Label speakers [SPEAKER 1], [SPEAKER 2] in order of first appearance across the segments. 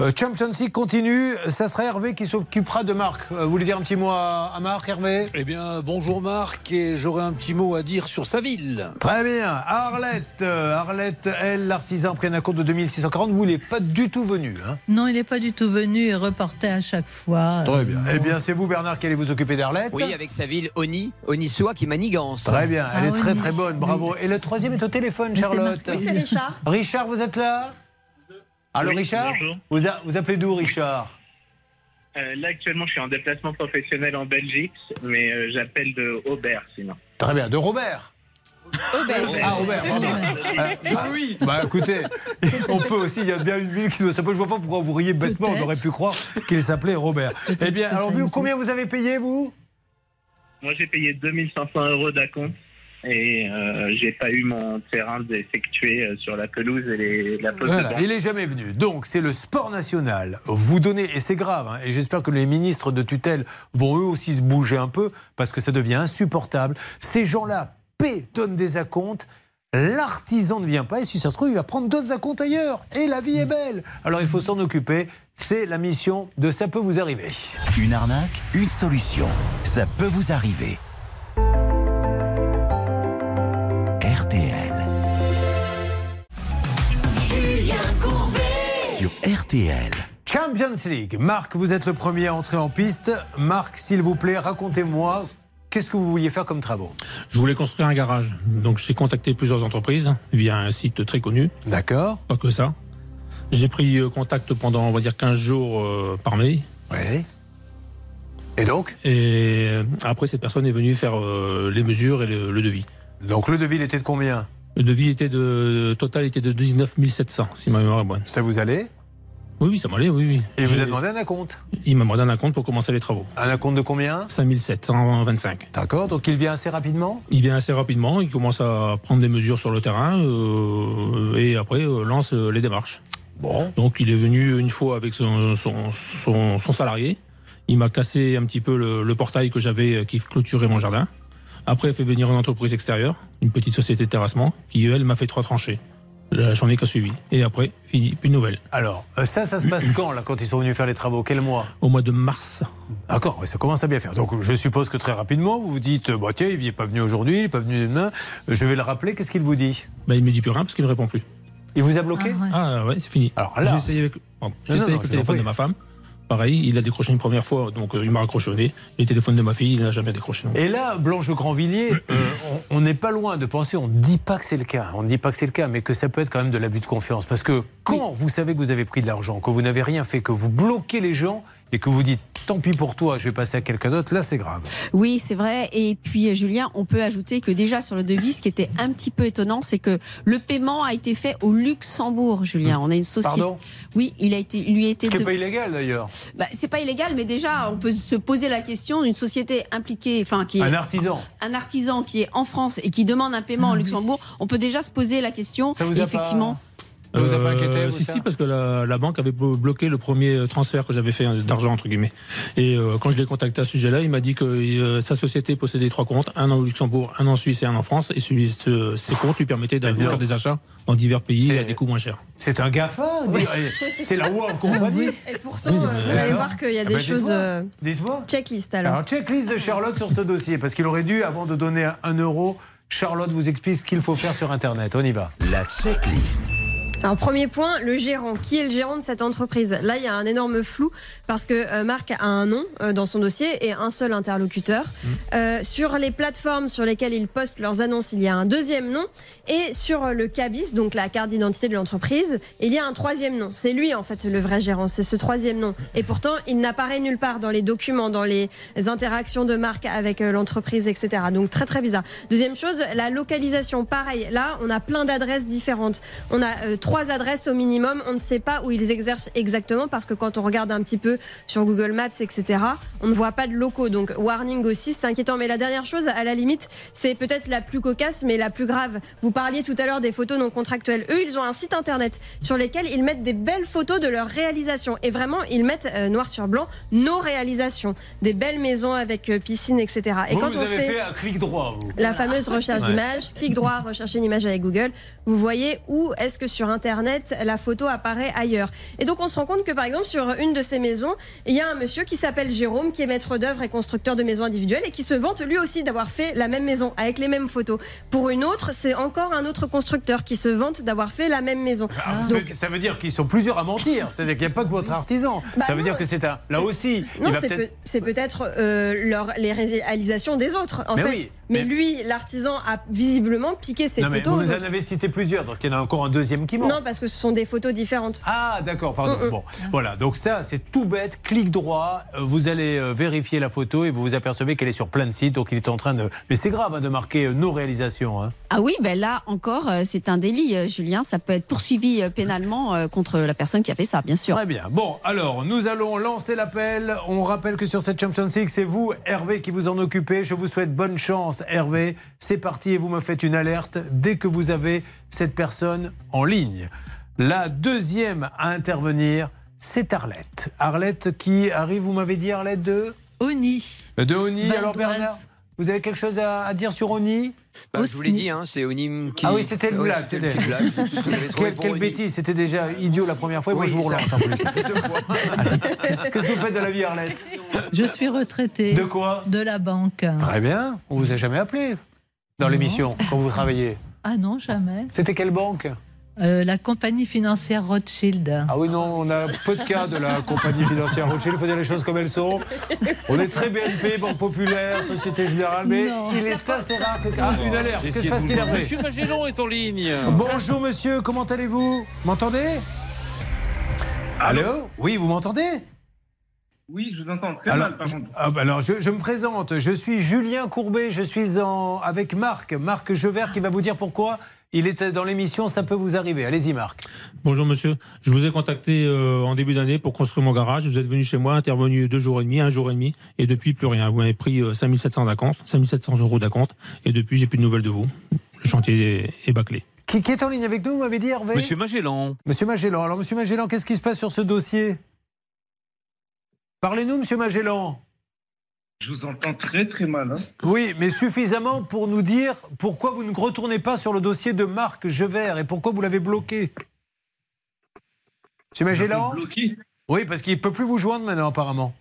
[SPEAKER 1] Euh, Champions League continue. Ça sera Hervé qui s'occupera de Marc. Euh, vous voulez dire un petit mot à, à Marc, Hervé
[SPEAKER 2] Eh bien, bonjour Marc, et j'aurais un petit mot à dire sur sa ville.
[SPEAKER 1] Très bien. Arlette, euh, Arlette, elle, l'artisan Prénaco de 2640, vous n'est pas du tout venu. Hein
[SPEAKER 3] Non, il n'est pas du tout venu et reporté à chaque fois.
[SPEAKER 1] Très bien. Eh bien, c'est vous, Bernard, qui allez vous occuper d'Arlette.
[SPEAKER 4] Oui, avec sa ville Oni, Onissois qui manigance.
[SPEAKER 1] Très bien. Elle
[SPEAKER 3] Ah,
[SPEAKER 1] est très
[SPEAKER 3] oui.
[SPEAKER 1] très bonne. Bravo. Et le troisième est au téléphone,
[SPEAKER 3] c'est
[SPEAKER 1] Charlotte.
[SPEAKER 3] Marc.
[SPEAKER 5] Oui, c'est Richard.
[SPEAKER 1] Richard, vous êtes là Allô,
[SPEAKER 6] Oui,
[SPEAKER 1] Richard
[SPEAKER 6] bonjour.
[SPEAKER 1] vous, a- vous appelez d'où, Richard
[SPEAKER 6] Euh, là, actuellement, je suis en déplacement professionnel en Belgique, mais euh, j'appelle de Aubert, sinon.
[SPEAKER 1] Très bien. De Robert Ah, Robert, pardon. oui Bah écoutez, on peut aussi, il y a bien une ville qui doit s'appeler, je vois pas pourquoi vous riez bêtement, on
[SPEAKER 3] Peut-être.
[SPEAKER 1] aurait pu croire qu'il s'appelait Robert. Eh bien,
[SPEAKER 3] que
[SPEAKER 1] alors
[SPEAKER 3] ça
[SPEAKER 1] vu
[SPEAKER 3] existe.
[SPEAKER 1] combien vous avez payé, vous
[SPEAKER 6] Moi, j'ai payé 2500 euros d'acompte et euh, j'ai pas eu mon terrain d'effectuer euh, sur la pelouse et les, la pose de
[SPEAKER 1] Voilà,
[SPEAKER 6] balle.
[SPEAKER 1] il est jamais venu. Donc, c'est le sport national. Vous donnez, et c'est grave, hein, et j'espère que les ministres de tutelle vont eux aussi se bouger un peu, parce que ça devient insupportable. Ces gens-là paient, donnent des acomptes. L'artisan ne vient pas, et si ça se trouve, il va prendre d'autres acomptes ailleurs. Et la vie est belle. Alors, il faut s'en occuper. C'est la mission de Ça peut vous arriver.
[SPEAKER 7] Une arnaque, une solution. Ça peut vous arriver. RTL. Sur RTL.
[SPEAKER 1] Champions League. Marc, vous êtes le premier à entrer en piste. Marc, s'il vous plaît, racontez-moi, qu'est-ce que vous vouliez faire comme travaux
[SPEAKER 8] Je voulais construire un garage. Donc j'ai contacté plusieurs entreprises via un site très connu,
[SPEAKER 1] D'accord
[SPEAKER 8] pas que ça. J'ai pris euh, contact pendant, on va dire, 15 jours euh, par mail.
[SPEAKER 1] Oui. Et donc
[SPEAKER 8] Et euh, après, cette personne est venue faire euh, les mesures et le, le devis.
[SPEAKER 1] Donc le devis il était de combien
[SPEAKER 8] Le devis était de, le total était de 19 700, si ma mémoire est bonne.
[SPEAKER 1] Ça vous allait
[SPEAKER 8] Oui, oui, ça m'allait, oui, oui.
[SPEAKER 1] Et vous
[SPEAKER 8] J'ai-
[SPEAKER 1] a demandé un acompte.
[SPEAKER 8] Il m'a demandé un compte pour commencer les travaux.
[SPEAKER 1] Un acompte de combien
[SPEAKER 8] 5 725.
[SPEAKER 1] D'accord, donc il vient assez rapidement
[SPEAKER 8] Il vient assez rapidement, il commence à prendre des mesures sur le terrain euh, et après euh, lance euh, les démarches.
[SPEAKER 1] Bon.
[SPEAKER 8] Donc il est venu une fois avec son, son, son- son salarié. Il m'a cassé un petit peu le, le portail que j'avais euh, qui clôturait mon jardin. Après, il a fait venir une entreprise extérieure, une petite société de terrassement, qui, elle, m'a fait trois tranchées. La journée qui a suivi. Et après, fini, plus de nouvelles.
[SPEAKER 1] Alors, euh, ça, ça se passe quand, là, quand ils sont venus faire les travaux Quel mois
[SPEAKER 8] Au mois de mars,
[SPEAKER 1] D'accord, oui, Ah, ça commence à bien faire. Donc, je suppose que très rapidement, vous vous dites, euh, bah, tiens, il n'est pas venu aujourd'hui, il n'est pas venu demain, Euh, je vais le rappeler, qu'est-ce qu'il vous dit
[SPEAKER 8] ben, il me dit plus rien parce qu'il ne me répond plus.
[SPEAKER 1] Il vous a bloqué
[SPEAKER 3] Ah, ouais.
[SPEAKER 8] Ah ouais, c'est fini.
[SPEAKER 1] Alors là-
[SPEAKER 8] J'ai essayé avec, pardon, j'ai
[SPEAKER 1] Non,
[SPEAKER 8] essayé
[SPEAKER 1] non,
[SPEAKER 8] avec
[SPEAKER 1] je vous
[SPEAKER 8] le
[SPEAKER 1] en
[SPEAKER 8] téléphone
[SPEAKER 1] prie.
[SPEAKER 8] de ma femme. Pareil, il a décroché une première fois, donc euh, il m'a raccroché au nez. Le téléphone de ma fille, il n'a jamais décroché. non.
[SPEAKER 1] Et là, Blanche Grandvilliers, euh, on on n'est pas loin de penser, on ne dit pas que c'est le cas, on ne dit pas que c'est le cas, mais que ça peut être quand même de l'abus de confiance. Parce que quand vous savez que vous avez pris de l'argent, que vous n'avez rien fait, que vous bloquez les gens et que vous dites tant pis pour toi, je vais passer à quelqu'un d'autre, là c'est grave.
[SPEAKER 5] Oui, c'est vrai. Et puis, euh, Julien, on peut ajouter que déjà sur le devis, ce qui était un petit peu étonnant, c'est que le paiement a été fait au Luxembourg, Julien. On a une société.
[SPEAKER 1] Pardon
[SPEAKER 5] Oui, il a été, lui a été.
[SPEAKER 1] Ce qui n'est
[SPEAKER 5] de-
[SPEAKER 1] pas illégal d'ailleurs.
[SPEAKER 5] Bah, c'est pas illégal, mais déjà, on peut se poser la question d'une société impliquée, enfin, qui est
[SPEAKER 1] Un artisan. Ah,
[SPEAKER 5] un artisan qui est en France et qui demande un paiement au Luxembourg. On peut déjà se poser la question.
[SPEAKER 1] Ça vous
[SPEAKER 5] Et
[SPEAKER 1] a
[SPEAKER 5] effectivement.
[SPEAKER 1] pas, ça vous a pas inquiété
[SPEAKER 8] Euh,
[SPEAKER 1] vous,
[SPEAKER 8] Si,
[SPEAKER 1] ça
[SPEAKER 8] si, parce que la, la banque avait blo- bloqué le premier euh, transfert que j'avais fait hein, d'argent, entre guillemets. Et euh, quand je l'ai contacté à ce sujet-là, il m'a dit que euh, sa société possédait trois comptes, un au Luxembourg, un en Suisse et un en France. Et celui, ce- ces comptes lui permettaient d'aller
[SPEAKER 1] Eh bien.
[SPEAKER 8] faire des achats dans divers pays
[SPEAKER 1] C'est-
[SPEAKER 8] à des coûts moins chers.
[SPEAKER 1] C'est un GAFA dis- C'est la World Company
[SPEAKER 9] Et pourtant,
[SPEAKER 8] Oui, non,
[SPEAKER 9] euh,
[SPEAKER 8] mais-
[SPEAKER 9] vous
[SPEAKER 1] Mais
[SPEAKER 9] allez
[SPEAKER 1] alors
[SPEAKER 9] voir qu'il y a
[SPEAKER 1] Ah
[SPEAKER 9] des
[SPEAKER 1] bah,
[SPEAKER 9] choses.
[SPEAKER 1] dites-moi.
[SPEAKER 9] euh,
[SPEAKER 1] Dites-moi.
[SPEAKER 9] Checklist alors.
[SPEAKER 1] Alors, checklist de Charlotte sur ce dossier, parce qu'il aurait dû, avant de donner un- un euro, Charlotte vous explique ce qu'il faut faire sur Internet. On y va.
[SPEAKER 7] La checklist.
[SPEAKER 9] Alors, premier point, le gérant. Qui est le gérant de cette entreprise Là, il y a un énorme flou parce que euh, Marc a un nom euh, dans son dossier et un seul interlocuteur. Euh, sur les plateformes sur lesquelles ils postent leurs annonces, il y a un deuxième nom. Et sur euh, le CABIS, donc la carte d'identité de l'entreprise, il y a un troisième nom. C'est lui, en fait, le vrai gérant. C'est ce troisième nom. Et pourtant, il n'apparaît nulle part dans les documents, dans les interactions de Marc avec euh, l'entreprise, etc. Donc, très, très bizarre. Deuxième chose, la localisation. Pareil, là, on a plein d'adresses différentes. On a euh, trois adresses au minimum. On ne sait pas où ils exercent exactement parce que quand on regarde un petit peu sur Google Maps, etc., on ne voit pas de locaux. Donc, warning aussi, c'est inquiétant. Mais la dernière chose, à la limite, c'est peut-être la plus cocasse, mais la plus grave. Vous parliez tout à l'heure des photos non contractuelles. Eux, ils ont un site internet sur lesquels ils mettent des belles photos de leurs réalisations. Et vraiment, ils mettent euh, noir sur blanc nos réalisations. Des belles maisons avec euh, piscine, etc. Et
[SPEAKER 1] vous,
[SPEAKER 9] quand
[SPEAKER 1] vous
[SPEAKER 9] on
[SPEAKER 1] avez
[SPEAKER 9] fait...
[SPEAKER 1] fait un clic droit, vous.
[SPEAKER 9] La fameuse recherche
[SPEAKER 1] Ouais.
[SPEAKER 9] d'image, clic droit, rechercher une image avec Google. Vous voyez où est-ce que sur Internet, la photo apparaît ailleurs. Et donc on se rend compte que par exemple sur une de ces maisons, il y a un monsieur qui s'appelle Jérôme, qui est maître d'œuvre et constructeur de maisons individuelles et qui se vante lui aussi d'avoir fait la même maison avec les mêmes photos. Pour une autre, c'est encore un autre constructeur qui se vante d'avoir fait la même maison.
[SPEAKER 1] Ah, ça veut- ça veut dire qu'ils sont plusieurs à mentir. C'est-à-dire qu'il n'y a pas que votre artisan.
[SPEAKER 9] Bah
[SPEAKER 1] ça veut
[SPEAKER 9] non,
[SPEAKER 1] dire que c'est un. Là aussi,
[SPEAKER 9] Non,
[SPEAKER 1] il va
[SPEAKER 9] c'est
[SPEAKER 1] peut-être.
[SPEAKER 9] peut- c'est peut-être euh, leur- les réalisations des autres, en
[SPEAKER 1] Mais
[SPEAKER 9] fait.
[SPEAKER 1] oui, mais-
[SPEAKER 9] mais, lui, l'artisan, a visiblement piqué ses
[SPEAKER 1] Non, mais
[SPEAKER 9] photos
[SPEAKER 1] vous
[SPEAKER 9] aux
[SPEAKER 1] nous en
[SPEAKER 9] autres.
[SPEAKER 1] avez cité plusieurs, donc il y en a encore un deuxième qui ment.
[SPEAKER 9] Non, parce que ce sont des photos différentes.
[SPEAKER 1] Ah, d'accord, pardon.
[SPEAKER 9] Mm, mm.
[SPEAKER 1] Bon, voilà, donc ça, c'est tout bête. Clic droit, euh, vous allez euh, vérifier la photo et vous vous apercevez qu'elle est sur plein de sites, donc il est en train de. Mais c'est grave hein, de marquer euh, nos réalisations. hein.
[SPEAKER 5] Ah oui, ben là encore, euh, c'est un délit, euh, Julien. Ça peut être poursuivi euh, pénalement euh, contre la personne qui a fait ça, bien sûr.
[SPEAKER 1] Très bien. Bon, alors, nous allons lancer l'appel. On rappelle que sur cette Champions League, c'est vous, Hervé, qui vous en occupez. Je vous souhaite bonne chance, Hervé. C'est parti et vous me faites une alerte dès que vous avez cette personne en ligne. La deuxième à intervenir, c'est Arlette. Arlette qui arrive, vous m'avez dit Arlette de
[SPEAKER 3] Oni.
[SPEAKER 1] De Oni.
[SPEAKER 3] Val
[SPEAKER 1] Alors,
[SPEAKER 3] d'Oise.
[SPEAKER 1] Bernard, vous avez quelque chose à, à dire sur Oni
[SPEAKER 4] Bah, je vous l'ai
[SPEAKER 3] Osni.
[SPEAKER 4] dit, hein, c'est Onim qui.
[SPEAKER 1] Ah oui, c'était le
[SPEAKER 4] Ouais,
[SPEAKER 1] blague,
[SPEAKER 4] C'était le
[SPEAKER 1] c'était-
[SPEAKER 4] petit blague. c'est tout ce que j'avais trouvé
[SPEAKER 1] Quelle,
[SPEAKER 4] pour
[SPEAKER 1] quelle
[SPEAKER 4] Oni.
[SPEAKER 1] bêtise C'était déjà idiot la première fois et moi
[SPEAKER 4] Oui,
[SPEAKER 1] je vous
[SPEAKER 4] ça-
[SPEAKER 1] relance hein. en plus. Allez. Qu'est-ce que vous faites de la vie, Arlette
[SPEAKER 3] Je suis retraitée
[SPEAKER 1] De
[SPEAKER 3] de,
[SPEAKER 1] quoi
[SPEAKER 3] la banque.
[SPEAKER 1] Très Eh bien. On vous a jamais appelé dans
[SPEAKER 3] Non.
[SPEAKER 1] l'émission quand vous travaillez.
[SPEAKER 3] Ah non, jamais.
[SPEAKER 1] C'était quelle banque
[SPEAKER 3] Euh, la compagnie financière Rothschild.
[SPEAKER 1] Ah oui, non, on a peu de cas de la compagnie financière Rothschild. Il faut dire les choses comme elles sont. On est très BNP, Banque Populaire, Société Générale, mais
[SPEAKER 3] Non.
[SPEAKER 1] il est assez rare que. Ah, une alerte.
[SPEAKER 2] J'ai
[SPEAKER 1] Qu'est-ce qui se
[SPEAKER 2] essayé de
[SPEAKER 1] passe-t-il
[SPEAKER 2] vous-
[SPEAKER 1] Hervé
[SPEAKER 2] Monsieur Magellan est en ligne.
[SPEAKER 1] Bonjour monsieur, comment allez-vous M'entendez Allô Oui, vous m'entendez
[SPEAKER 6] Oui, je vous entends très
[SPEAKER 1] Alors, je, ah bah alors, je- je me présente, je suis Julien Courbet, je suis en, avec Marc, Marc Jevert qui va vous dire pourquoi il était dans l'émission, ça peut vous arriver. Allez-y Marc.
[SPEAKER 8] Bonjour monsieur, je vous ai contacté euh, en début d'année pour construire mon garage. Vous êtes venu chez moi, intervenu deux jours et demi, un jour et demi, et depuis plus rien. Vous m'avez pris euh, 5700 d'acompte, 5700 euros d'acompte, et depuis j'ai plus de nouvelles de vous. Le chantier est, est bâclé.
[SPEAKER 1] Qui, qui est en ligne avec nous, vous m'avez dit Hervé
[SPEAKER 2] Monsieur Magellan.
[SPEAKER 1] Monsieur Magellan, alors monsieur Magellan, qu'est-ce qui se passe sur ce dossier Parlez-nous monsieur Magellan.
[SPEAKER 6] Je vous entends très très mal. hein.
[SPEAKER 1] Oui, mais suffisamment pour nous dire pourquoi vous ne retournez pas sur le dossier de Marc Jevert et pourquoi vous l'avez bloqué. Monsieur Magellan
[SPEAKER 6] bloqué.
[SPEAKER 1] Oui, parce qu'il ne peut plus vous joindre maintenant, apparemment.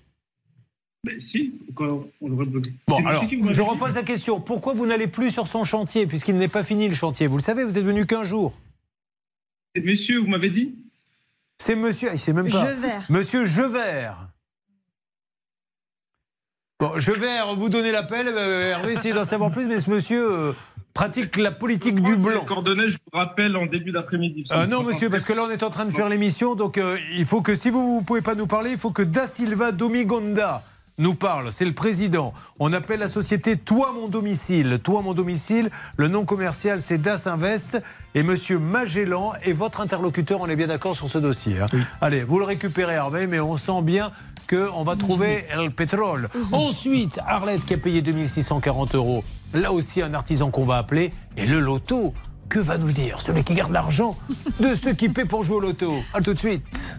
[SPEAKER 6] Ben si, on le rebloque.
[SPEAKER 1] Bon, alors, je repose la question. Pourquoi vous n'allez plus sur son chantier, puisqu'il n'est pas fini le chantier Vous le savez, vous êtes venu qu'un jour.
[SPEAKER 6] Monsieur, vous m'avez dit
[SPEAKER 1] C'est monsieur. ah, Il sait même pas.
[SPEAKER 9] Jevert.
[SPEAKER 1] Monsieur Jevert. Bon, Jevert, vous donnez l'appel. euh, Hervé, essayez d'en savoir plus, mais ce monsieur euh, pratique la politique du blanc.
[SPEAKER 6] coordonnées, je vous rappelle en début d'après-midi.
[SPEAKER 1] Euh, non, monsieur, parce que là, on est en train de faire l'émission, donc euh, il faut que, si vous ne pouvez pas nous parler, il faut que Da Silva Domigonda nous parle. C'est le président. On appelle la société Toi Mon Domicile. Toi Mon Domicile, le nom commercial, c'est Das Invest. Et monsieur Magellan est votre interlocuteur, on est bien d'accord sur ce dossier. hein. Allez, vous le récupérez, Hervé, mais on sent bien qu'on va trouver le pétrole. Ensuite, Arlette qui a payé 2640 euros. Là aussi, un artisan qu'on va appeler. Et le loto, que va nous dire celui qui garde l'argent de ceux qui paient pour jouer au loto A tout de suite.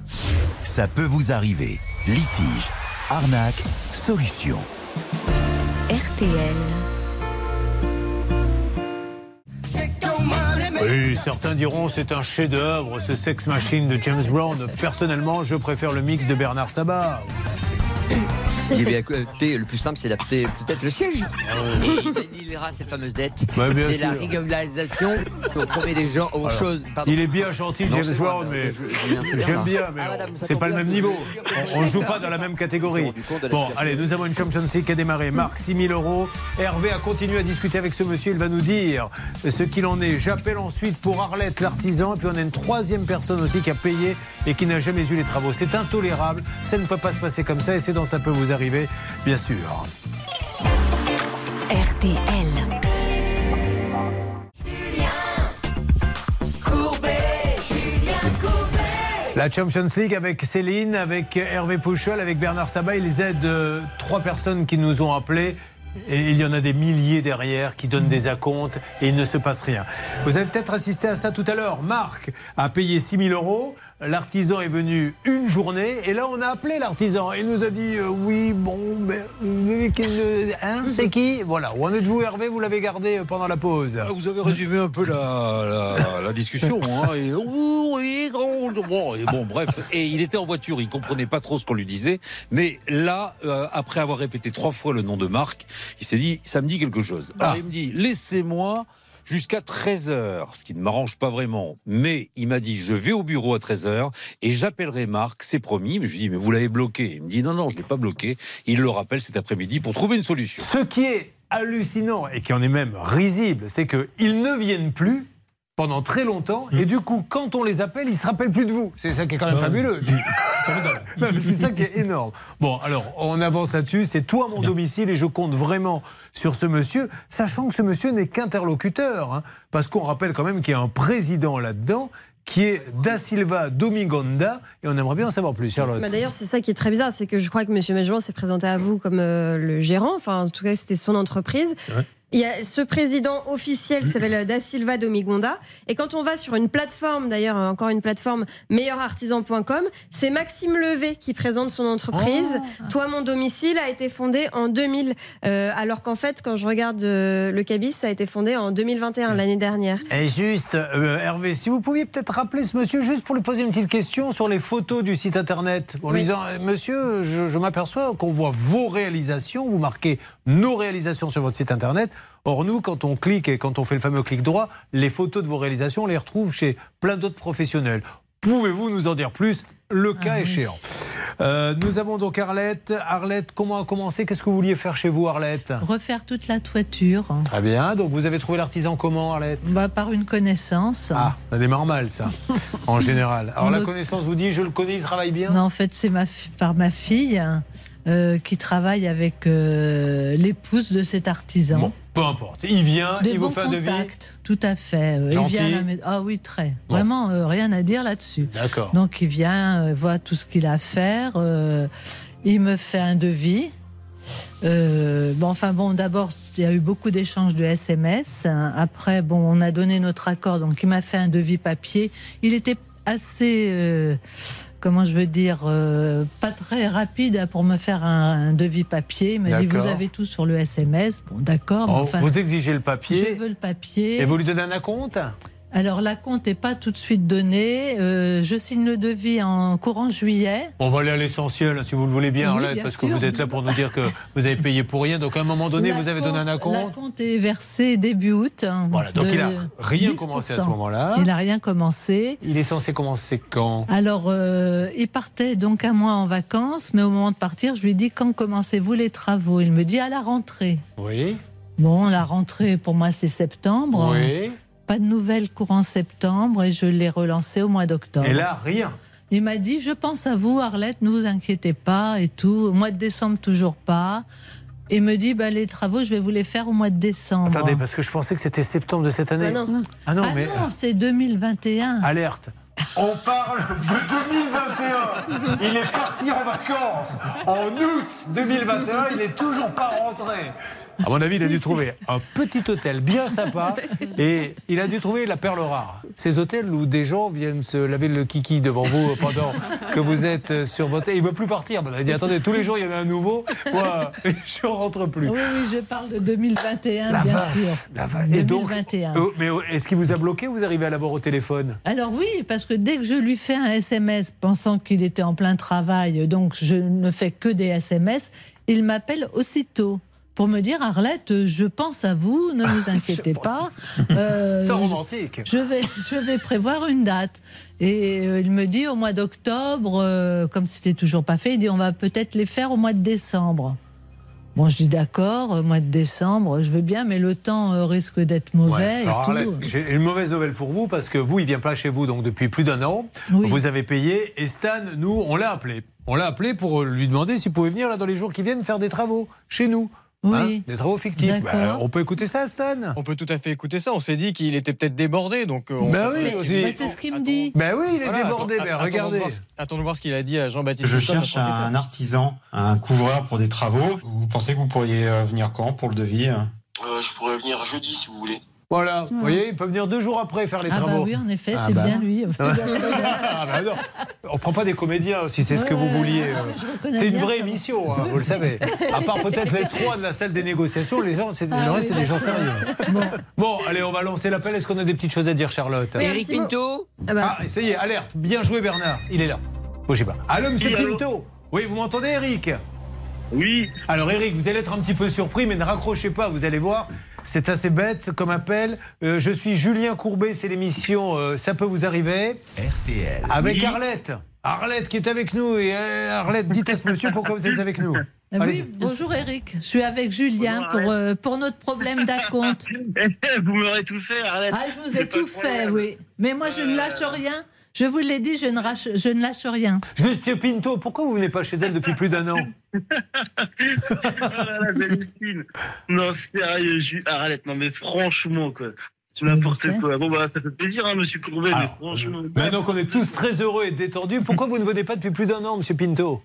[SPEAKER 7] Ça peut vous arriver. Litige, arnaque, solution.
[SPEAKER 5] RTL.
[SPEAKER 1] Oui, certains diront c'est un chef-d'œuvre, ce sex machine de James Brown. Personnellement, je préfère le mix de Bernard Sabat.
[SPEAKER 4] Eh bien, écoutez, le plus simple, c'est d'appeler peut-être le siège.
[SPEAKER 1] Ah
[SPEAKER 4] Il annihilera ses fameuses dettes.
[SPEAKER 1] Ouais, Bah, bien
[SPEAKER 4] et la
[SPEAKER 1] sûr.
[SPEAKER 4] régularisation, on promet des gens aux choses. Pardon.
[SPEAKER 1] Il est bien gentil,
[SPEAKER 4] Non,
[SPEAKER 1] James
[SPEAKER 4] c'est
[SPEAKER 1] Brown,
[SPEAKER 4] moi,
[SPEAKER 1] mais
[SPEAKER 4] je- je- je-
[SPEAKER 1] j'aime bien, mais
[SPEAKER 4] Ah,
[SPEAKER 1] on-
[SPEAKER 4] madame, ça
[SPEAKER 1] c'est
[SPEAKER 4] tombe
[SPEAKER 1] pas le
[SPEAKER 4] bien,
[SPEAKER 1] même
[SPEAKER 4] c'est-
[SPEAKER 1] niveau.
[SPEAKER 4] c'est-
[SPEAKER 1] On ne joue pas dans la même catégorie.
[SPEAKER 4] On s'est rendu compte de la
[SPEAKER 1] Bon,
[SPEAKER 4] situation.
[SPEAKER 1] allez, nous avons une Champions League qui a démarré. Marc, 6 000 euros. Hervé a continué à discuter avec ce monsieur. Il va nous dire ce qu'il en est. J'appelle ensuite pour Arlette, l'artisan. Et puis on a une troisième personne aussi qui a payé et qui n'a jamais eu les travaux. C'est intolérable. Ça ne peut pas se passer comme ça. Et c'est dans ça peut vous arriver, bien sûr.
[SPEAKER 5] RTL.
[SPEAKER 1] La Champions League avec Céline, avec Hervé Pouchol, avec Bernard Sabat. Ils aident euh, trois personnes qui nous ont appelés. Et il y en a des milliers derrière qui donnent des acomptes et il ne se passe rien. Vous avez peut-être assisté à ça tout à l'heure. Marc a payé 6 000 euros. L'artisan est venu une journée et là on a appelé l'artisan. Il nous a dit euh, oui bon mais euh, euh, hein, c'est qui voilà. Où en êtes-vous Hervé Vous l'avez gardé pendant la pause.
[SPEAKER 2] Ah, Vous avez résumé un peu la, la- la discussion. hein, et, oui, grand- bon, et bon, bref. Et il était en voiture, il comprenait pas trop ce qu'on lui disait. Mais là, euh, après avoir répété trois fois le nom de Marc, il s'est dit, ça me dit quelque chose. Alors
[SPEAKER 1] Ah.
[SPEAKER 2] il me dit, laissez-moi jusqu'à 13h, ce qui ne m'arrange pas vraiment. Mais il m'a dit, je vais au bureau à 13h et j'appellerai Marc, c'est promis. Mais je lui dis, mais vous l'avez bloqué. Il me dit, non, non, je ne l'ai pas bloqué. Il le rappelle cet après-midi pour trouver une solution.
[SPEAKER 1] Ce qui est hallucinant et qui en est même risible, c'est qu'ils ne viennent plus pendant très longtemps et du coup, quand on les appelle, ils se rappellent plus de vous. C'est ça qui est quand même fabuleux. Non, mais C'est ça qui est énorme. Bon, alors, on avance là-dessus. C'est toi mon domicile et je compte vraiment sur ce monsieur, sachant que ce monsieur n'est qu'interlocuteur. hein, parce qu'on rappelle quand même qu'il y a un président là-dedans qui est Da Silva Domigonda et on aimerait bien en savoir plus, Charlotte.
[SPEAKER 9] Bah, D'ailleurs, c'est ça qui est très bizarre, c'est que je crois que M. Magellan s'est présenté à vous comme euh, le gérant, enfin en tout cas c'était son entreprise.
[SPEAKER 8] Ouais.
[SPEAKER 9] Il y a ce président officiel qui s'appelle euh, Da Silva Domigonda. Et quand on va sur une plateforme, d'ailleurs euh, encore une plateforme, meilleurartisan.com, c'est Maxime Levé qui présente son entreprise.
[SPEAKER 1] Ah.
[SPEAKER 9] Toi, mon domicile a été fondé en 2000. euh, alors qu'en fait, quand je regarde euh, le cabis, ça a été fondé en 2021, l'année dernière.
[SPEAKER 1] Et juste, euh, Hervé, si vous pouviez peut-être rappeler ce monsieur juste pour lui poser une petite question sur les photos du site internet, en lui
[SPEAKER 9] Oui.
[SPEAKER 1] disant euh, Monsieur, je, je m'aperçois qu'on voit vos réalisations, vous marquez nos réalisations sur votre site internet. Or, nous, quand on clique et quand on fait le fameux clic droit, les photos de vos réalisations, on les retrouve chez plein d'autres professionnels. Pouvez-vous nous en dire plus, le
[SPEAKER 3] Ah
[SPEAKER 1] cas échéant Euh, Nous avons donc Arlette. Arlette, comment a commencé Qu'est-ce que vous vouliez faire chez vous, Arlette
[SPEAKER 3] Refaire toute la toiture hein.
[SPEAKER 1] Très bien. Donc, vous avez trouvé l'artisan comment, Arlette
[SPEAKER 3] bah, par une connaissance.
[SPEAKER 1] ah, ça démarre mal, ça, en général. Alors, la
[SPEAKER 3] Notre-
[SPEAKER 1] connaissance vous dit, je le connais, il travaille bien
[SPEAKER 3] Non, en fait, c'est ma fi- par ma fille hein, euh, qui travaille avec euh, l'épouse de cet artisan.
[SPEAKER 1] Bon, peu importe. Il vient,
[SPEAKER 3] Des
[SPEAKER 1] il vous
[SPEAKER 3] bons
[SPEAKER 1] fait un devis.
[SPEAKER 3] contacts, tout à fait. Euh, il
[SPEAKER 1] Gentil.
[SPEAKER 3] vient à la maison- Ah oui, très. Vraiment, euh, rien à dire là-dessus.
[SPEAKER 1] D'accord.
[SPEAKER 3] Donc il vient, euh, voit tout ce qu'il a à faire, euh, il me fait un devis. Euh, bon, enfin bon, d'abord, il y a eu beaucoup d'échanges de SMS. hein. Après, bon, on a donné notre accord, donc il m'a fait un devis papier. Il était assez, euh, comment je veux dire, euh, pas très rapide hein, pour me faire un, un devis papier. Il m'a dit,
[SPEAKER 1] D'accord.
[SPEAKER 3] vous avez tout sur le SMS. Bon, d'accord, mais
[SPEAKER 1] Oh,
[SPEAKER 3] enfin,
[SPEAKER 1] vous exigez le
[SPEAKER 3] je
[SPEAKER 1] papier
[SPEAKER 3] veux le papier.
[SPEAKER 1] et vous lui donnez un acompte
[SPEAKER 3] Alors, la compte n'est pas tout de suite donnée. Euh, je signe le devis en courant juillet.
[SPEAKER 1] On va aller à l'essentiel, si vous le voulez bien,
[SPEAKER 3] Oui,
[SPEAKER 1] Arlette,
[SPEAKER 3] bien
[SPEAKER 1] parce que
[SPEAKER 3] sûr.
[SPEAKER 1] vous êtes là pour nous dire que vous avez payé pour rien. Donc, à un moment donné, vous avez donné un
[SPEAKER 3] La
[SPEAKER 1] acompte.
[SPEAKER 3] compte est versée début août. hein,
[SPEAKER 1] Voilà, donc
[SPEAKER 3] de
[SPEAKER 1] il a rien
[SPEAKER 3] 10%.
[SPEAKER 1] commencé à ce moment-là.
[SPEAKER 3] Il n'a rien commencé.
[SPEAKER 1] Il est censé commencer quand
[SPEAKER 3] Alors, euh, il partait donc un mois en vacances, mais au moment de partir, je lui dis quand commencez-vous les travaux Il me dit à la rentrée.
[SPEAKER 1] Oui.
[SPEAKER 3] Bon, la rentrée pour moi c'est septembre.
[SPEAKER 1] Oui.
[SPEAKER 3] Pas de nouvelles courant septembre et je l'ai relancé au mois d'octobre.
[SPEAKER 1] Et là, rien.
[SPEAKER 3] Il m'a dit Je pense à vous, Arlette, ne vous inquiétez pas et tout. Au mois de décembre, toujours pas. Et me dit bah, Les travaux, je vais vous les faire au mois de décembre.
[SPEAKER 1] Attendez, parce que je pensais que c'était septembre de cette année.
[SPEAKER 9] Bah non.
[SPEAKER 1] Ah non,
[SPEAKER 3] ah
[SPEAKER 1] mais. ah,
[SPEAKER 3] non, c'est 2021.
[SPEAKER 1] Alerte. On parle de 2021. Il est parti en vacances. En août 2021, il n'est toujours pas rentré. À mon avis, il a dû trouver un petit hôtel bien sympa et il a dû trouver la perle rare. Ces hôtels où des gens viennent se laver le kiki devant vous pendant que vous êtes sur votre. Et il ne veut plus partir. Il a dit attendez, tous les jours, il y en a un nouveau. Moi, je rentre plus.
[SPEAKER 3] Oui, oui, je parle de 2021,
[SPEAKER 1] La
[SPEAKER 3] bien
[SPEAKER 1] vache,
[SPEAKER 3] sûr.
[SPEAKER 1] la vache. Et donc,
[SPEAKER 3] 2021.
[SPEAKER 1] euh, mais est-ce qu'il vous a bloqué ou vous arrivez à l'avoir au téléphone
[SPEAKER 3] Alors oui, parce que dès que je lui fais un SMS pensant qu'il était en plein travail, donc je ne fais que des SMS, il m'appelle aussitôt pour me dire Arlette, je pense à vous, ne vous inquiétez pas. Euh,
[SPEAKER 1] C'est
[SPEAKER 3] je-
[SPEAKER 1] romantique.
[SPEAKER 3] Je vais, je vais prévoir une date. Et euh, il me dit au mois d'octobre, euh, comme c'était toujours pas fait, il dit on va peut-être les faire au mois de décembre. Bon, je dis d'accord, au mois de décembre, je veux bien, mais le temps euh, risque d'être
[SPEAKER 1] Ouais.
[SPEAKER 3] mauvais. et
[SPEAKER 1] Alors,
[SPEAKER 3] tout.
[SPEAKER 1] Arlette, j'ai une mauvaise nouvelle pour vous parce que vous, il vient pas chez vous donc depuis plus d'un an.
[SPEAKER 3] Oui.
[SPEAKER 1] Vous avez payé et Stan, nous, on l'a appelé. On l'a appelé pour lui demander s'il pouvait venir là dans les jours qui viennent faire des travaux chez nous. Hein
[SPEAKER 3] Oui.
[SPEAKER 1] des travaux fictifs.
[SPEAKER 3] D'accord.
[SPEAKER 1] Bah, on peut écouter ça, Stan
[SPEAKER 10] On peut tout à fait écouter ça. On s'est dit qu'il était peut-être débordé, donc euh, on
[SPEAKER 1] Bah
[SPEAKER 10] s'est
[SPEAKER 1] oui,
[SPEAKER 10] dit,
[SPEAKER 1] aussi.
[SPEAKER 10] qu'il-
[SPEAKER 3] Bah, c'est ce qu'il me dit.
[SPEAKER 1] Ben oui, il est
[SPEAKER 10] Voilà,
[SPEAKER 1] débordé.
[SPEAKER 10] attends-
[SPEAKER 1] Ben,
[SPEAKER 10] attendons de
[SPEAKER 1] regardez.
[SPEAKER 10] voir ce- Attendons de voir ce qu'il a dit à Jean-Baptiste.
[SPEAKER 11] Je
[SPEAKER 10] Dutton,
[SPEAKER 11] cherche
[SPEAKER 10] notre
[SPEAKER 11] un
[SPEAKER 10] enquêteur.
[SPEAKER 11] artisan, un couvreur pour des travaux. Vous pensez que vous pourriez euh, venir quand pour le devis euh
[SPEAKER 6] je pourrais venir jeudi si vous voulez.
[SPEAKER 1] Voilà. Vous voyez, il peut venir deux jours après faire les
[SPEAKER 3] Ah bah
[SPEAKER 1] travaux.
[SPEAKER 3] oui, en effet,
[SPEAKER 1] Ah
[SPEAKER 3] c'est
[SPEAKER 1] bah.
[SPEAKER 3] bien lui.
[SPEAKER 1] Ah, bah non. On prend pas des comédiens si c'est ce que
[SPEAKER 3] Ouais,
[SPEAKER 1] vous
[SPEAKER 3] ouais,
[SPEAKER 1] vouliez.
[SPEAKER 3] ouais,
[SPEAKER 1] euh.
[SPEAKER 3] non, mais je reconnais
[SPEAKER 1] C'est une
[SPEAKER 3] bien
[SPEAKER 1] vraie
[SPEAKER 3] ça.
[SPEAKER 1] émission, hein, vous le savez. À part peut-être les trois de la salle des négociations, les gens, c'est,
[SPEAKER 3] Ah
[SPEAKER 1] le reste,
[SPEAKER 3] oui,
[SPEAKER 1] c'est des gens sérieux. Bon, allez, on va lancer l'appel. Est-ce qu'on a des petites choses à dire, Charlotte
[SPEAKER 9] Oui, un
[SPEAKER 4] Eric
[SPEAKER 9] petit mot.
[SPEAKER 4] Pinto
[SPEAKER 9] Ah bah,
[SPEAKER 1] Ah, ça y est, alerte. Bien joué, Bernard. Il est là. Bougez pas. Allô, monsieur
[SPEAKER 6] Oui, allô
[SPEAKER 1] Pinto Oui, vous m'entendez, Eric
[SPEAKER 6] Oui,
[SPEAKER 1] Alors Eric, vous allez être un petit peu surpris, mais ne raccrochez pas, vous allez voir. C'est assez bête comme appel. Euh, je suis Julien Courbet, c'est l'émission euh, Ça peut vous arriver
[SPEAKER 7] RTL.
[SPEAKER 1] avec Arlette. Arlette qui est avec nous. Et euh, Arlette, dites à ce monsieur pourquoi vous êtes avec nous.
[SPEAKER 3] Ah
[SPEAKER 1] Allez-y.
[SPEAKER 3] oui, bonjour Eric, je suis avec Julien
[SPEAKER 6] Bonjour,
[SPEAKER 3] pour, euh, pour notre problème d'acompte.
[SPEAKER 6] vous m'aurez tout fait, Arlette.
[SPEAKER 3] Ah, je vous
[SPEAKER 6] C'est
[SPEAKER 3] ai
[SPEAKER 6] pas
[SPEAKER 3] tout
[SPEAKER 6] le
[SPEAKER 3] fait,
[SPEAKER 6] problème. Euh.
[SPEAKER 3] oui. Mais moi, je ne lâche rien. Je vous l'ai dit, je ne, rache- je ne lâche rien.
[SPEAKER 1] Monsieur Pinto, pourquoi vous venez pas chez elle depuis plus d'un an
[SPEAKER 6] Oh là là, Valentine. Non, sérieux, Ju- Arlette, non mais franchement, quoi. N'importe quoi. Bon, bah, ça fait plaisir, hein, monsieur Courbet, mais
[SPEAKER 1] Alors,
[SPEAKER 6] franchement.
[SPEAKER 1] Maintenant qu'on est tous très heureux et détendus, pourquoi vous ne venez pas depuis plus d'un an, monsieur Pinto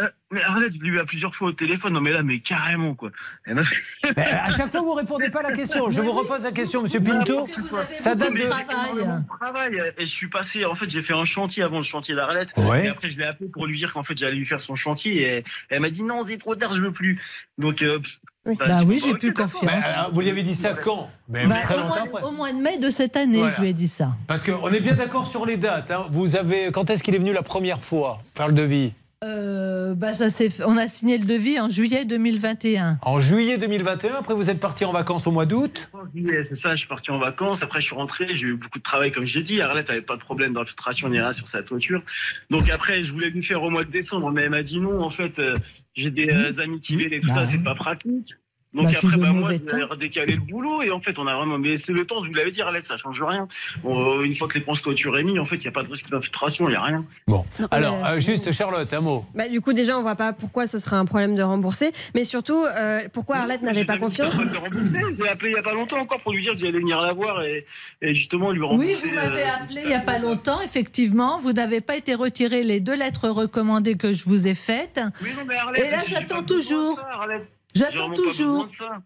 [SPEAKER 6] Euh, mais Arlette, je l'ai eu à plusieurs fois au téléphone. Non, mais là, mais carrément, quoi. Elle m'a fait-
[SPEAKER 1] Mais À chaque fois, vous répondez pas à la question. Je vous repose la question, monsieur Pinto.
[SPEAKER 3] Parce que vous avez
[SPEAKER 1] ça
[SPEAKER 3] beaucoup
[SPEAKER 1] date
[SPEAKER 3] de
[SPEAKER 1] de-
[SPEAKER 3] travail.
[SPEAKER 6] Mon travail, euh, et je suis passé, en fait, j'ai fait un chantier avant le chantier d'Arlette.
[SPEAKER 1] Ouais.
[SPEAKER 6] Et après, je l'ai appelé pour lui dire qu'en fait, j'allais lui faire son chantier. Et elle m'a dit, non, c'est trop tard, je veux plus. Donc, euh, pff,
[SPEAKER 9] Oui.
[SPEAKER 3] Bah
[SPEAKER 6] je-
[SPEAKER 3] oui, j'ai
[SPEAKER 6] ok,
[SPEAKER 3] plus
[SPEAKER 6] d'accord.
[SPEAKER 3] confiance.
[SPEAKER 1] Mais, euh, vous lui avez dit ça quand Mais
[SPEAKER 3] Bah,
[SPEAKER 1] très
[SPEAKER 3] au,
[SPEAKER 1] longtemps
[SPEAKER 3] mois,
[SPEAKER 1] après.
[SPEAKER 3] au mois de mai de cette année,
[SPEAKER 1] Voilà.
[SPEAKER 3] je lui ai dit ça.
[SPEAKER 1] Parce qu'on est bien d'accord sur les dates. hein. Vous avez quand est-ce qu'il est venu la première fois faire le devis
[SPEAKER 3] Euh, bah, ça s'est fait- on a signé le devis en juillet 2021.
[SPEAKER 1] En juillet 2021. Après, vous êtes parti en vacances au mois d'août.
[SPEAKER 6] Oh, Ouais, c'est ça, je suis parti en vacances, après je suis rentré, j'ai eu beaucoup de travail comme j'ai dit, Arlette avait pas de problème d'infiltration ni rien sur sa toiture. Donc après je voulais lui faire au mois de décembre, mais elle m'a dit non, en fait euh, j'ai des euh, amitiés et tout
[SPEAKER 3] Bah,
[SPEAKER 6] ça, c'est pas pratique. Donc
[SPEAKER 3] Bah, tout
[SPEAKER 6] après
[SPEAKER 3] le
[SPEAKER 6] bah, moi
[SPEAKER 3] mauvais
[SPEAKER 6] j'ai
[SPEAKER 3] temps.
[SPEAKER 6] redécalé le boulot et en fait on a vraiment... Mais c'est le temps, je vous l'avais dit Arlette, ça change rien. Bon, euh, une fois que les ponts toiture est mis, en fait il n'y a pas de risque d'infiltration, il n'y a rien.
[SPEAKER 9] non,
[SPEAKER 1] Alors,
[SPEAKER 9] mais-
[SPEAKER 1] euh, juste Charlotte, un mot.
[SPEAKER 9] Bah, du coup, déjà, on voit pas pourquoi ce serait un problème de rembourser, mais surtout, euh, pourquoi Arlette n'avait pas confiance.
[SPEAKER 6] Je l'ai appelé il n'y a pas longtemps encore pour lui dire que j'allais venir la voir et, et justement lui
[SPEAKER 3] Oui,
[SPEAKER 6] rembourser.
[SPEAKER 3] vous m'avez
[SPEAKER 6] euh,
[SPEAKER 3] appelé il n'y a pas longtemps, effectivement. Vous n'avez pas été retiré les deux lettres recommandées que je vous ai faites.
[SPEAKER 6] Oui, non, mais Arlette,
[SPEAKER 3] Et là,
[SPEAKER 6] j'ai- j'ai
[SPEAKER 3] j'attends
[SPEAKER 6] pas besoin de
[SPEAKER 3] toujours.
[SPEAKER 6] ça, Arlette. J'ai
[SPEAKER 3] J'attends
[SPEAKER 6] vraiment pas besoin
[SPEAKER 3] toujours.
[SPEAKER 6] de ça.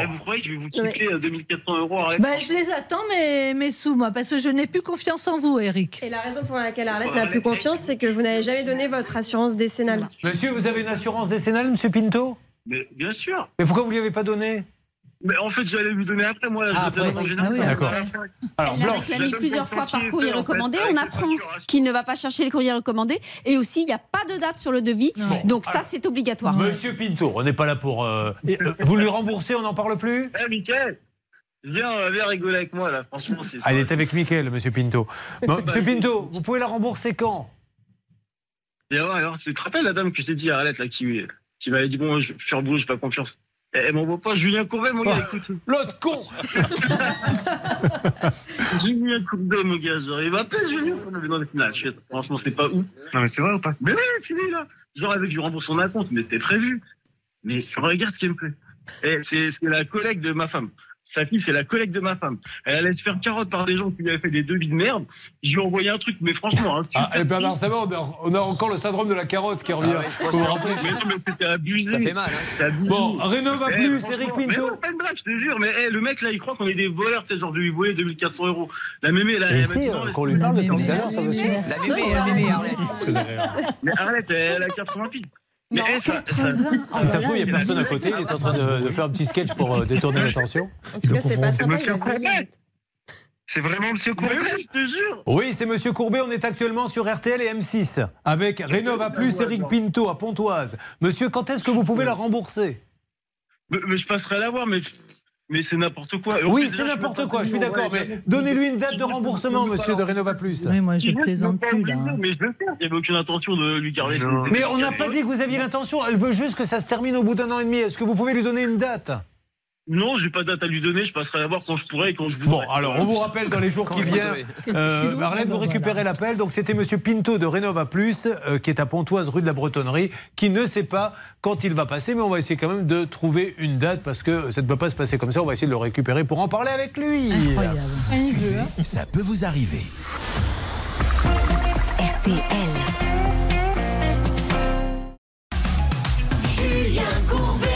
[SPEAKER 6] Eh, vous croyez que je vais vous quitter euh, à 2400 euros, Arlette
[SPEAKER 3] Ben, je les attends, mais, mais sous moi, parce que je n'ai plus confiance en vous, Eric.
[SPEAKER 9] Et la raison pour laquelle Arlette n'a plus confiance, c'est que vous n'avez jamais donné votre assurance décennale.
[SPEAKER 1] Monsieur, vous avez une assurance décennale, monsieur Pinto
[SPEAKER 6] Mais bien sûr.
[SPEAKER 1] Mais pourquoi vous lui avez pas donné
[SPEAKER 6] Mais en fait, j'allais lui donner après, moi, je
[SPEAKER 1] Ah,
[SPEAKER 6] la donne
[SPEAKER 1] après.
[SPEAKER 6] en général.
[SPEAKER 3] Ah oui,
[SPEAKER 1] d'accord. Alors,
[SPEAKER 5] Elle l'a
[SPEAKER 1] Blanche.
[SPEAKER 6] Je
[SPEAKER 5] réclamé
[SPEAKER 6] donne
[SPEAKER 5] plusieurs
[SPEAKER 6] son
[SPEAKER 5] fois
[SPEAKER 6] chantier
[SPEAKER 5] par courrier
[SPEAKER 6] fait, Ah, en fait,
[SPEAKER 5] recommandé.
[SPEAKER 6] avec
[SPEAKER 5] On
[SPEAKER 6] les
[SPEAKER 5] apprend
[SPEAKER 6] facturations.
[SPEAKER 5] qu'il ne va pas chercher les courriers recommandés. Et aussi, il n'y a pas de date sur le devis.
[SPEAKER 3] Ouais.
[SPEAKER 5] Donc ça, c'est obligatoire.
[SPEAKER 1] Monsieur Pinto, on n'est pas là pour. euh, et, euh, vous lui remboursez, on n'en parle plus
[SPEAKER 6] Eh, Mickaël, viens, euh, viens rigoler avec moi, là, franchement, c'est ça.
[SPEAKER 1] Ah, il est avec Mickaël, monsieur Pinto. Bon, monsieur Pinto, vous pouvez la rembourser quand
[SPEAKER 6] Et alors, alors, tu te rappelles la dame que j'ai dit à Arlette, là, qui, qui m'avait dit, bon, je vais faire boulot, j'ai pas confiance. Eh, Elle m'envoie pas Julien Courbet, mon gars, écoute.
[SPEAKER 1] Oh, L'autre con
[SPEAKER 6] Julien Courbet, mon gars, genre, il m'appelle Julien Courbet. Non, mais c'est là, je suis- franchement, c'est pas ouf. Non, mais c'est vrai ou pas Mais oui, c'est lui, là. Genre, avec du remboursement d'un compte, mais c'était prévu. Mais regarde ce qui me plaît. Eh, c'est c'est la collègue de ma femme. Sa fille, c'est la collègue de ma femme. Elle allait se faire carotte par des gens qui lui avaient fait des devis de merde. Je lui ai envoyé un truc, mais franchement, hein,
[SPEAKER 1] ah,
[SPEAKER 6] super
[SPEAKER 1] Et Bernard Sabat, on a, on a encore le syndrome de la carotte qui
[SPEAKER 6] Ah
[SPEAKER 1] revient. Vous vous rappelez
[SPEAKER 6] Mais non, mais c'était abusé.
[SPEAKER 4] Ça fait mal. hein.
[SPEAKER 6] C'était abusé.
[SPEAKER 1] Bon, Rénova
[SPEAKER 6] Eh,
[SPEAKER 1] Plus,
[SPEAKER 6] franchement,
[SPEAKER 1] Eric
[SPEAKER 6] Mais
[SPEAKER 1] Pinto.
[SPEAKER 6] non, pas une blague, je te jure. Mais eh, le mec, là, il croit qu'on est des voleurs, tu sais, genre de lui voler 2400 euros. La mémé, là,
[SPEAKER 1] Et
[SPEAKER 6] elle
[SPEAKER 1] si,
[SPEAKER 6] m'a dit,
[SPEAKER 1] euh,
[SPEAKER 6] non,
[SPEAKER 1] qu'on
[SPEAKER 6] laisse-
[SPEAKER 1] lui parle
[SPEAKER 3] Mais-
[SPEAKER 1] depuis
[SPEAKER 3] mais-
[SPEAKER 1] tout à l'heure, ça hein.
[SPEAKER 3] mais-
[SPEAKER 1] veut suffire.
[SPEAKER 4] La mémé, la mémé, Arlette.
[SPEAKER 8] Très agréable.
[SPEAKER 6] Mais Arlette, elle a 80 piges. Mais
[SPEAKER 3] Non,
[SPEAKER 6] eh, ça- ça-
[SPEAKER 3] 80. Oh
[SPEAKER 1] Si
[SPEAKER 3] là
[SPEAKER 1] ça se
[SPEAKER 3] là,
[SPEAKER 1] trouve, il n'y a personne à côté, il est en train de, de faire un petit sketch pour euh, détourner l'attention.
[SPEAKER 9] En tout cas, c'est pas sympa.
[SPEAKER 11] Monsieur
[SPEAKER 9] il a dit,
[SPEAKER 11] Courbet. C'est vraiment Monsieur
[SPEAKER 6] Mais oui, je te jure.
[SPEAKER 1] Oui, c'est Monsieur Courbet, on est actuellement sur RTL et M6 avec Rénova Plus, Eric Pinto à Pontoise. Monsieur, quand est-ce que vous pouvez la rembourser
[SPEAKER 6] Mais, mais je passerai la voir, mais, mais c'est n'importe quoi. Ah, Et en
[SPEAKER 1] Oui,
[SPEAKER 6] plus,
[SPEAKER 1] c'est
[SPEAKER 6] là,
[SPEAKER 1] n'importe
[SPEAKER 6] pas
[SPEAKER 1] quoi, je suis
[SPEAKER 6] connu,
[SPEAKER 1] d'accord,
[SPEAKER 6] ouais,
[SPEAKER 1] mais donnez-lui une date de remboursement, monsieur de Rénova Plus.
[SPEAKER 3] Oui, moi, je
[SPEAKER 6] je
[SPEAKER 3] plaisante
[SPEAKER 6] veux pas
[SPEAKER 3] plus,
[SPEAKER 6] le
[SPEAKER 3] là.
[SPEAKER 6] dire, Mais je le fais, j'avais aucune intention de lui garder ses-
[SPEAKER 11] Non.
[SPEAKER 1] Mais on n'a pas dit que vous aviez l'intention, elle veut juste que ça se termine au bout d'un an et demi. Est-ce que vous pouvez lui donner une date
[SPEAKER 6] Non, j'ai pas de date à lui donner, je passerai la voir quand je pourrai et quand je
[SPEAKER 1] Bon,
[SPEAKER 6] voudrai.
[SPEAKER 1] alors on vous rappelle dans les jours qui viennent. Euh, Marlène, vous récupérez l'appel. Donc c'était Monsieur Pinto de Rénova Plus, euh, qui est à Pontoise, rue de la Bretonnerie, qui ne sait pas quand il va passer, mais on va essayer quand même de trouver une date parce que ça ne peut pas se passer comme ça. On va essayer de le récupérer pour en parler avec lui.
[SPEAKER 7] Suivez, ça peut vous arriver.
[SPEAKER 12] Julien Courbet.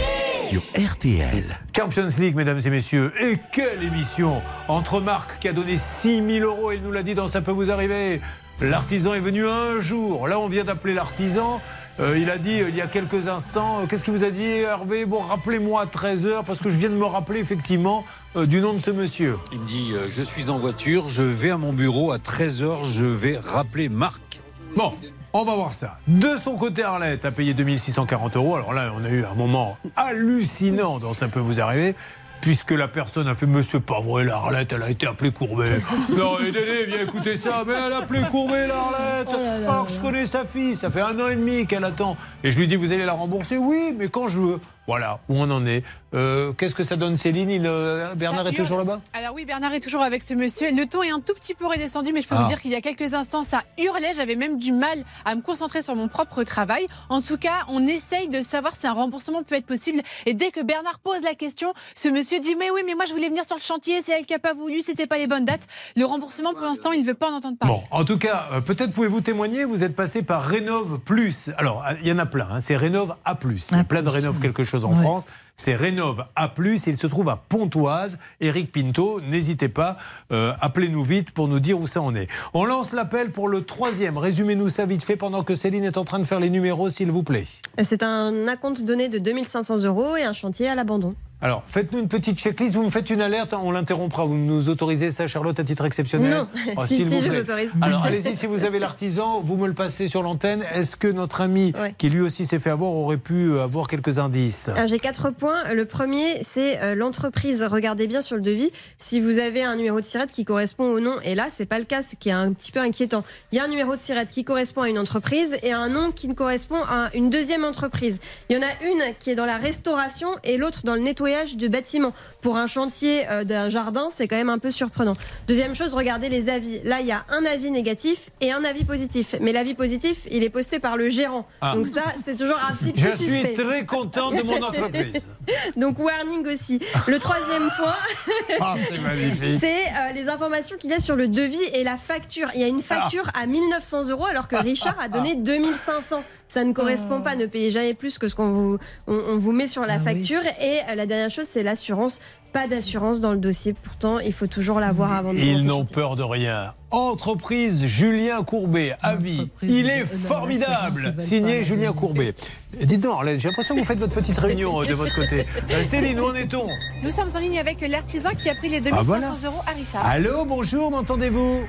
[SPEAKER 7] Sur RTL.
[SPEAKER 1] Champions League, mesdames et messieurs. Et quelle émission Entre Marc qui a donné 6 000 euros, il nous l'a dit dans Ça peut vous arriver. L'artisan est venu un jour. Là, on vient d'appeler l'artisan. Euh, il a dit euh, il y a quelques instants, euh, qu'est-ce qu'il vous a dit, Hervé Bon, rappelez-moi à 13h, parce que je viens de me rappeler effectivement euh, du nom de ce monsieur.
[SPEAKER 2] Il me dit euh, Je suis en voiture, je vais à mon bureau à 13h, je vais rappeler Marc.
[SPEAKER 1] Bon, on va voir ça. De son côté, Arlette a payé 2640 euros. Alors là, on a eu un moment hallucinant dans Ça peut vous arriver. Puisque la personne a fait, monsieur, pas vrai, la Arlette, elle a été appelée Courbet. non, mais Dédé, viens écouter ça. Mais elle a appelé Courbet, la Arlette. Alors que je connais sa fille, ça fait un an et demi qu'elle attend. Et je lui dis, vous allez la rembourser Oui, mais quand je veux. Voilà, où on en est. Euh, Qu'est-ce que ça donne, Céline Il, euh, Bernard est
[SPEAKER 13] Salut.
[SPEAKER 1] toujours là-bas
[SPEAKER 13] Alors oui, Bernard est toujours avec ce monsieur. Le ton est un tout petit peu redescendu, mais je peux
[SPEAKER 1] Ah.
[SPEAKER 13] vous dire qu'il y a quelques instants, ça hurlait. J'avais même du mal à me concentrer sur mon propre travail. En tout cas, on essaye de savoir si un remboursement peut être possible. Et dès que Bernard pose la question, ce monsieur dit Mais oui, mais moi je voulais venir sur le chantier, c'est elle qui n'a pas voulu, c'était pas les bonnes dates. Le remboursement, pour l'instant, il ne veut pas en entendre parler.
[SPEAKER 1] Bon, en tout cas, euh, peut-être pouvez-vous témoigner, vous êtes passé par Rénov Plus. Alors, euh, il y en a plein, hein, c'est Rénov A+. Plus. Il y a plein de Rénov quelque chose en France. C'est Rénov A+, et il se trouve à Pontoise. Eric Pinto, n'hésitez pas, euh, appelez-nous vite pour nous dire où ça en est. On lance l'appel pour le troisième. Résumez-nous ça vite fait pendant que Céline est en train de faire les numéros, s'il vous plaît.
[SPEAKER 9] C'est un acompte donné de 2500 euros et un chantier à l'abandon.
[SPEAKER 1] Alors, faites-nous une petite checklist, vous me faites une alerte, on l'interrompra. Vous nous autorisez ça, Charlotte, à titre exceptionnel
[SPEAKER 9] Non.
[SPEAKER 1] Oh,
[SPEAKER 9] Si,
[SPEAKER 1] s'il
[SPEAKER 9] si,
[SPEAKER 1] vous
[SPEAKER 9] je
[SPEAKER 1] plaît.
[SPEAKER 9] l'autorise.
[SPEAKER 1] Alors, allez-y, si vous avez l'artisan, vous me le passez sur l'antenne. Est-ce que notre ami, qui lui aussi s'est fait avoir, aurait pu euh, avoir quelques indices
[SPEAKER 9] Alors, J'ai quatre points. Le premier, c'est euh, l'entreprise. Regardez bien sur le devis si vous avez un numéro de SIRET qui correspond au nom. Et là, c'est pas le cas, ce qui est un petit peu inquiétant. Il y a un numéro de SIRET qui correspond à une entreprise et un nom qui ne correspond à une deuxième entreprise. Il y en a une qui est dans la restauration et l'autre dans le nettoyage du bâtiment. Pour un chantier euh, d'un jardin, c'est quand même un peu surprenant. Deuxième chose, regardez les avis. Là, il y a un avis négatif et un avis positif. Mais l'avis positif, il est posté par le gérant.
[SPEAKER 1] Ah.
[SPEAKER 9] Donc ça, c'est toujours un petit peu
[SPEAKER 1] Je
[SPEAKER 9] suspect.
[SPEAKER 1] suis très content de mon entreprise.
[SPEAKER 9] Donc warning aussi. Le troisième point,
[SPEAKER 1] Ah, c'est magnifique.
[SPEAKER 9] c'est euh, les informations qu'il y a sur le devis et la facture. Il y a une facture
[SPEAKER 1] Ah.
[SPEAKER 9] à 1900 euros alors que Richard a donné 2500. Ça ne correspond
[SPEAKER 1] Oh.
[SPEAKER 9] pas, ne payez jamais plus que ce qu'on vous, on, on vous met
[SPEAKER 1] Ah
[SPEAKER 9] sur la facture. Et euh, la dernière chose, c'est l'assurance. Pas d'assurance dans le dossier, pourtant il faut toujours l'avoir avant de
[SPEAKER 1] Ils
[SPEAKER 9] commencer.
[SPEAKER 1] n'ont peur de rien. Entreprise Julien Courbet, avis. Il est formidable. Signé Julien Courbet. Dites donc, Arlène, j'ai l'impression que vous faites votre petite réunion euh, de votre côté. Euh, Céline, où en est-on
[SPEAKER 13] Nous sommes en ligne avec l'artisan qui a pris les 2500
[SPEAKER 1] Ah, voilà.
[SPEAKER 13] euros à Richard.
[SPEAKER 1] Allô, bonjour, m'entendez-vous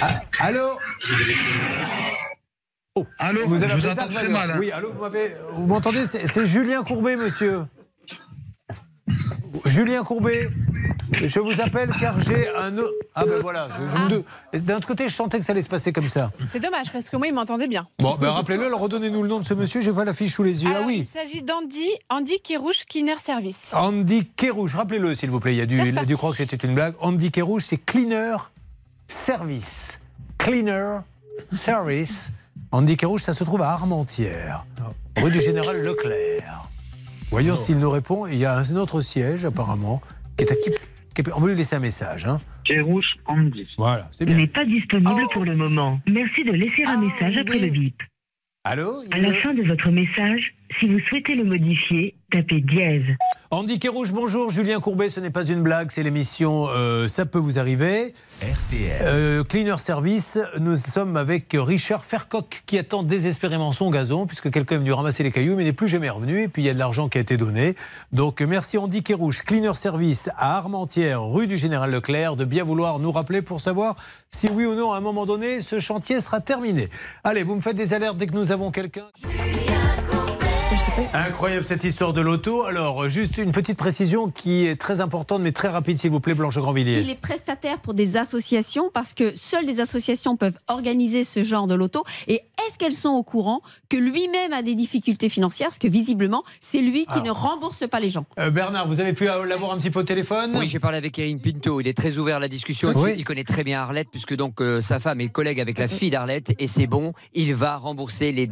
[SPEAKER 1] Ah, Allô Oh,
[SPEAKER 14] je
[SPEAKER 1] avez
[SPEAKER 14] vous
[SPEAKER 1] appelé
[SPEAKER 14] entends
[SPEAKER 1] Dark
[SPEAKER 14] très
[SPEAKER 1] Vador.
[SPEAKER 14] mal, hein.
[SPEAKER 1] Oui, allô, vous m'avez- vous m'entendez C'est c'est Julien Courbet, monsieur. Julien Courbet, je vous appelle car j'ai un autre. Ah ben voilà, je- je me dou- d'un autre côté, je sentais que ça allait se passer comme ça.
[SPEAKER 13] C'est dommage parce que moi, il m'entendait bien.
[SPEAKER 1] Bon, ben rappelez-le, alors redonnez-nous le nom de ce monsieur, j'ai pas la fiche sous les yeux. ah
[SPEAKER 13] Alors, Il
[SPEAKER 1] oui,
[SPEAKER 13] s'agit d'Andy, Andy Kérouche, Cleaner Service.
[SPEAKER 1] Andy Kérouche, rappelez-le s'il vous plaît, il a dû,
[SPEAKER 13] C'est
[SPEAKER 1] il a dû croire que c'était une blague. Andy Kérouche, c'est Cleaner Service. Cleaner Service. Andy Kérouche, ça se trouve à Armentières, rue du Général Leclerc. Voyons s'il nous répond. Il y a un autre siège, apparemment, qui est à Kip. Kip- On va lui laisser un message. Hein.
[SPEAKER 15] Kérouche Andy.
[SPEAKER 1] Voilà, c'est
[SPEAKER 15] Il
[SPEAKER 1] bien.
[SPEAKER 15] n'est pas disponible
[SPEAKER 3] Oh.
[SPEAKER 15] pour le moment. Merci de laisser
[SPEAKER 3] Ah,
[SPEAKER 15] un message après le bip.
[SPEAKER 1] Allô
[SPEAKER 15] À la fin de votre message, si vous souhaitez le modifier, tapez dièse.
[SPEAKER 1] Andy Kérouche, bonjour. Julien Courbet, ce n'est pas une blague, c'est l'émission euh, Ça peut vous arriver.
[SPEAKER 7] RTL.
[SPEAKER 1] Euh, Cleaner Service, nous sommes avec Richard Fercoq qui attend désespérément son gazon puisque quelqu'un est venu ramasser les cailloux mais n'est plus jamais revenu et puis il y a de l'argent qui a été donné. Donc euh, merci Andy Kérouche, Cleaner Service à Armentières, rue du Général Leclerc, de bien vouloir nous rappeler pour savoir si oui ou non à un moment donné ce chantier sera terminé. Allez, vous me faites des alertes dès que nous avons quelqu'un. Incroyable cette histoire de l'auto. Alors, juste une petite précision qui est très importante, mais très rapide, s'il vous plaît, Blanche
[SPEAKER 5] Il est
[SPEAKER 1] Grandvilliers.
[SPEAKER 5] prestataire pour des associations parce que seules les associations peuvent organiser ce genre de loto. Et est-ce qu'elles sont au courant que lui-même a des difficultés financières Parce que visiblement, c'est lui qui
[SPEAKER 1] Ah.
[SPEAKER 5] ne rembourse pas les gens.
[SPEAKER 1] Euh, Bernard, vous avez pu l'avoir un petit peu au téléphone
[SPEAKER 4] Oui, j'ai parlé avec Erin Pinto. Il est très ouvert à la discussion. et puis Il connaît très bien Arlette, puisque donc euh, sa femme est collègue avec la fille d'Arlette. Et c'est bon, il va rembourser les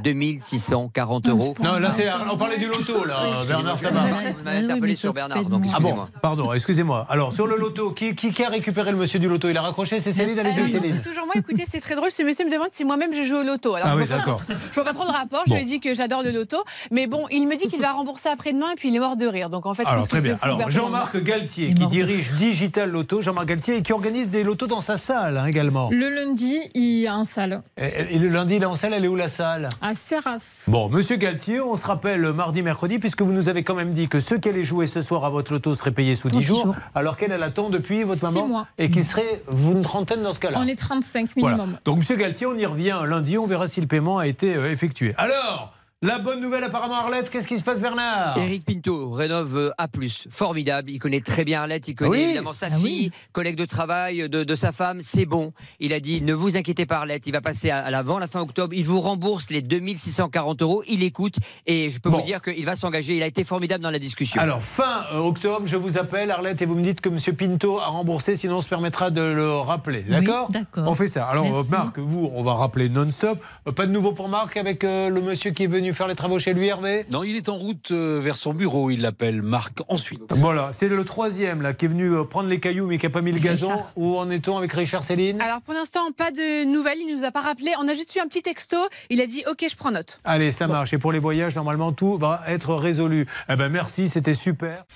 [SPEAKER 4] 2640 euros.
[SPEAKER 1] Non, là, c'est, euh, on parlait du loto, là, Bernard, ça va.
[SPEAKER 4] Vous m'avez interpellé sur Bernard, donc
[SPEAKER 1] Ah bon,
[SPEAKER 4] excusez-moi.
[SPEAKER 1] pardon, excusez-moi. Alors, sur le loto, qui, qui, qui a récupéré le monsieur du loto Il a raccroché, c'est Céline
[SPEAKER 4] Euh,
[SPEAKER 13] Alors,
[SPEAKER 1] Allez-y,
[SPEAKER 13] non,
[SPEAKER 1] Céline.
[SPEAKER 13] c'est toujours moi, écoutez, c'est très drôle. Ce monsieur me demande si moi-même je joue au loto. Alors,
[SPEAKER 1] Ah
[SPEAKER 13] je
[SPEAKER 1] oui,
[SPEAKER 13] vois pas-
[SPEAKER 1] d'accord.
[SPEAKER 13] Je vois pas trop le rapport. Je
[SPEAKER 1] Bon.
[SPEAKER 13] lui ai dit que j'adore le loto. Mais bon, il me dit qu'il va rembourser après-demain et puis il est mort de rire. Donc en fait, je
[SPEAKER 1] Alors,
[SPEAKER 13] pense
[SPEAKER 1] très
[SPEAKER 13] qu'il se
[SPEAKER 1] bien.
[SPEAKER 13] fout
[SPEAKER 1] Alors,
[SPEAKER 13] ouvertement de moi.
[SPEAKER 1] Jean-Marc Galtier, qui dirige Digital Loto, Jean-Marc Galtier, et qui organise des lotos dans sa salle hein, également.
[SPEAKER 14] Le lundi, il y a un salle
[SPEAKER 1] Et, et le lundi, là, en salle, elle est où la salle
[SPEAKER 14] à Serras.
[SPEAKER 1] Bon, monsieur Galtier, on se rappelle euh, mardi, mercredi, puisque vous nous avez quand même dit que ceux qui allaient jouer ce soir à votre loto seraient payés sous 10 jours, alors qu'elle, elle attend depuis votre
[SPEAKER 14] Six
[SPEAKER 1] maman
[SPEAKER 14] mois.
[SPEAKER 1] et qu'il serait vous une trentaine dans ce cas-là.
[SPEAKER 14] On est 35
[SPEAKER 1] Voilà.
[SPEAKER 14] minimum.
[SPEAKER 1] Donc, monsieur Galtier, on y revient lundi, on verra si le paiement a été euh, effectué. Alors, la bonne nouvelle apparemment, Arlette, qu'est-ce qui se passe, Bernard
[SPEAKER 4] Eric Pinto, Rénov euh, A+, formidable. Il connaît très bien Arlette, il connaît
[SPEAKER 1] Oui.
[SPEAKER 4] évidemment sa
[SPEAKER 1] Ah oui.
[SPEAKER 4] fille, collègue de travail de, de sa femme. C'est bon. Il a dit ne vous inquiétez pas, Arlette, il va passer à, à l'avant, la fin octobre. Il vous rembourse les 2640 euros. Il écoute et je peux vous dire qu'il va s'engager. Il a été formidable dans la discussion.
[SPEAKER 1] Alors, fin euh, octobre, je vous appelle, Arlette, et vous me dites que monsieur Pinto a remboursé, sinon on se permettra de le rappeler. D'accord
[SPEAKER 3] d'accord.
[SPEAKER 1] On fait ça. Alors,
[SPEAKER 3] Merci.
[SPEAKER 1] euh, Marc, vous, on va rappeler non-stop. Euh, Pas de nouveau pour Marc avec euh, le monsieur qui est venu faire les travaux chez lui, Hervé
[SPEAKER 2] Non, il est en route euh, vers son bureau, il l'appelle Marc ensuite.
[SPEAKER 1] Voilà, c'est le troisième là qui est venu euh, prendre les cailloux mais qui n'a pas mis le gazon.
[SPEAKER 13] Richard.
[SPEAKER 1] Où en est-on avec Richard Céline
[SPEAKER 13] Alors pour l'instant, pas de nouvelles. Il nous a pas rappelé. On a juste eu un petit texto. Il a dit OK, je prends note.
[SPEAKER 1] Allez, ça marche. Et pour les voyages, normalement, tout va être résolu. Eh ben, merci, c'était super.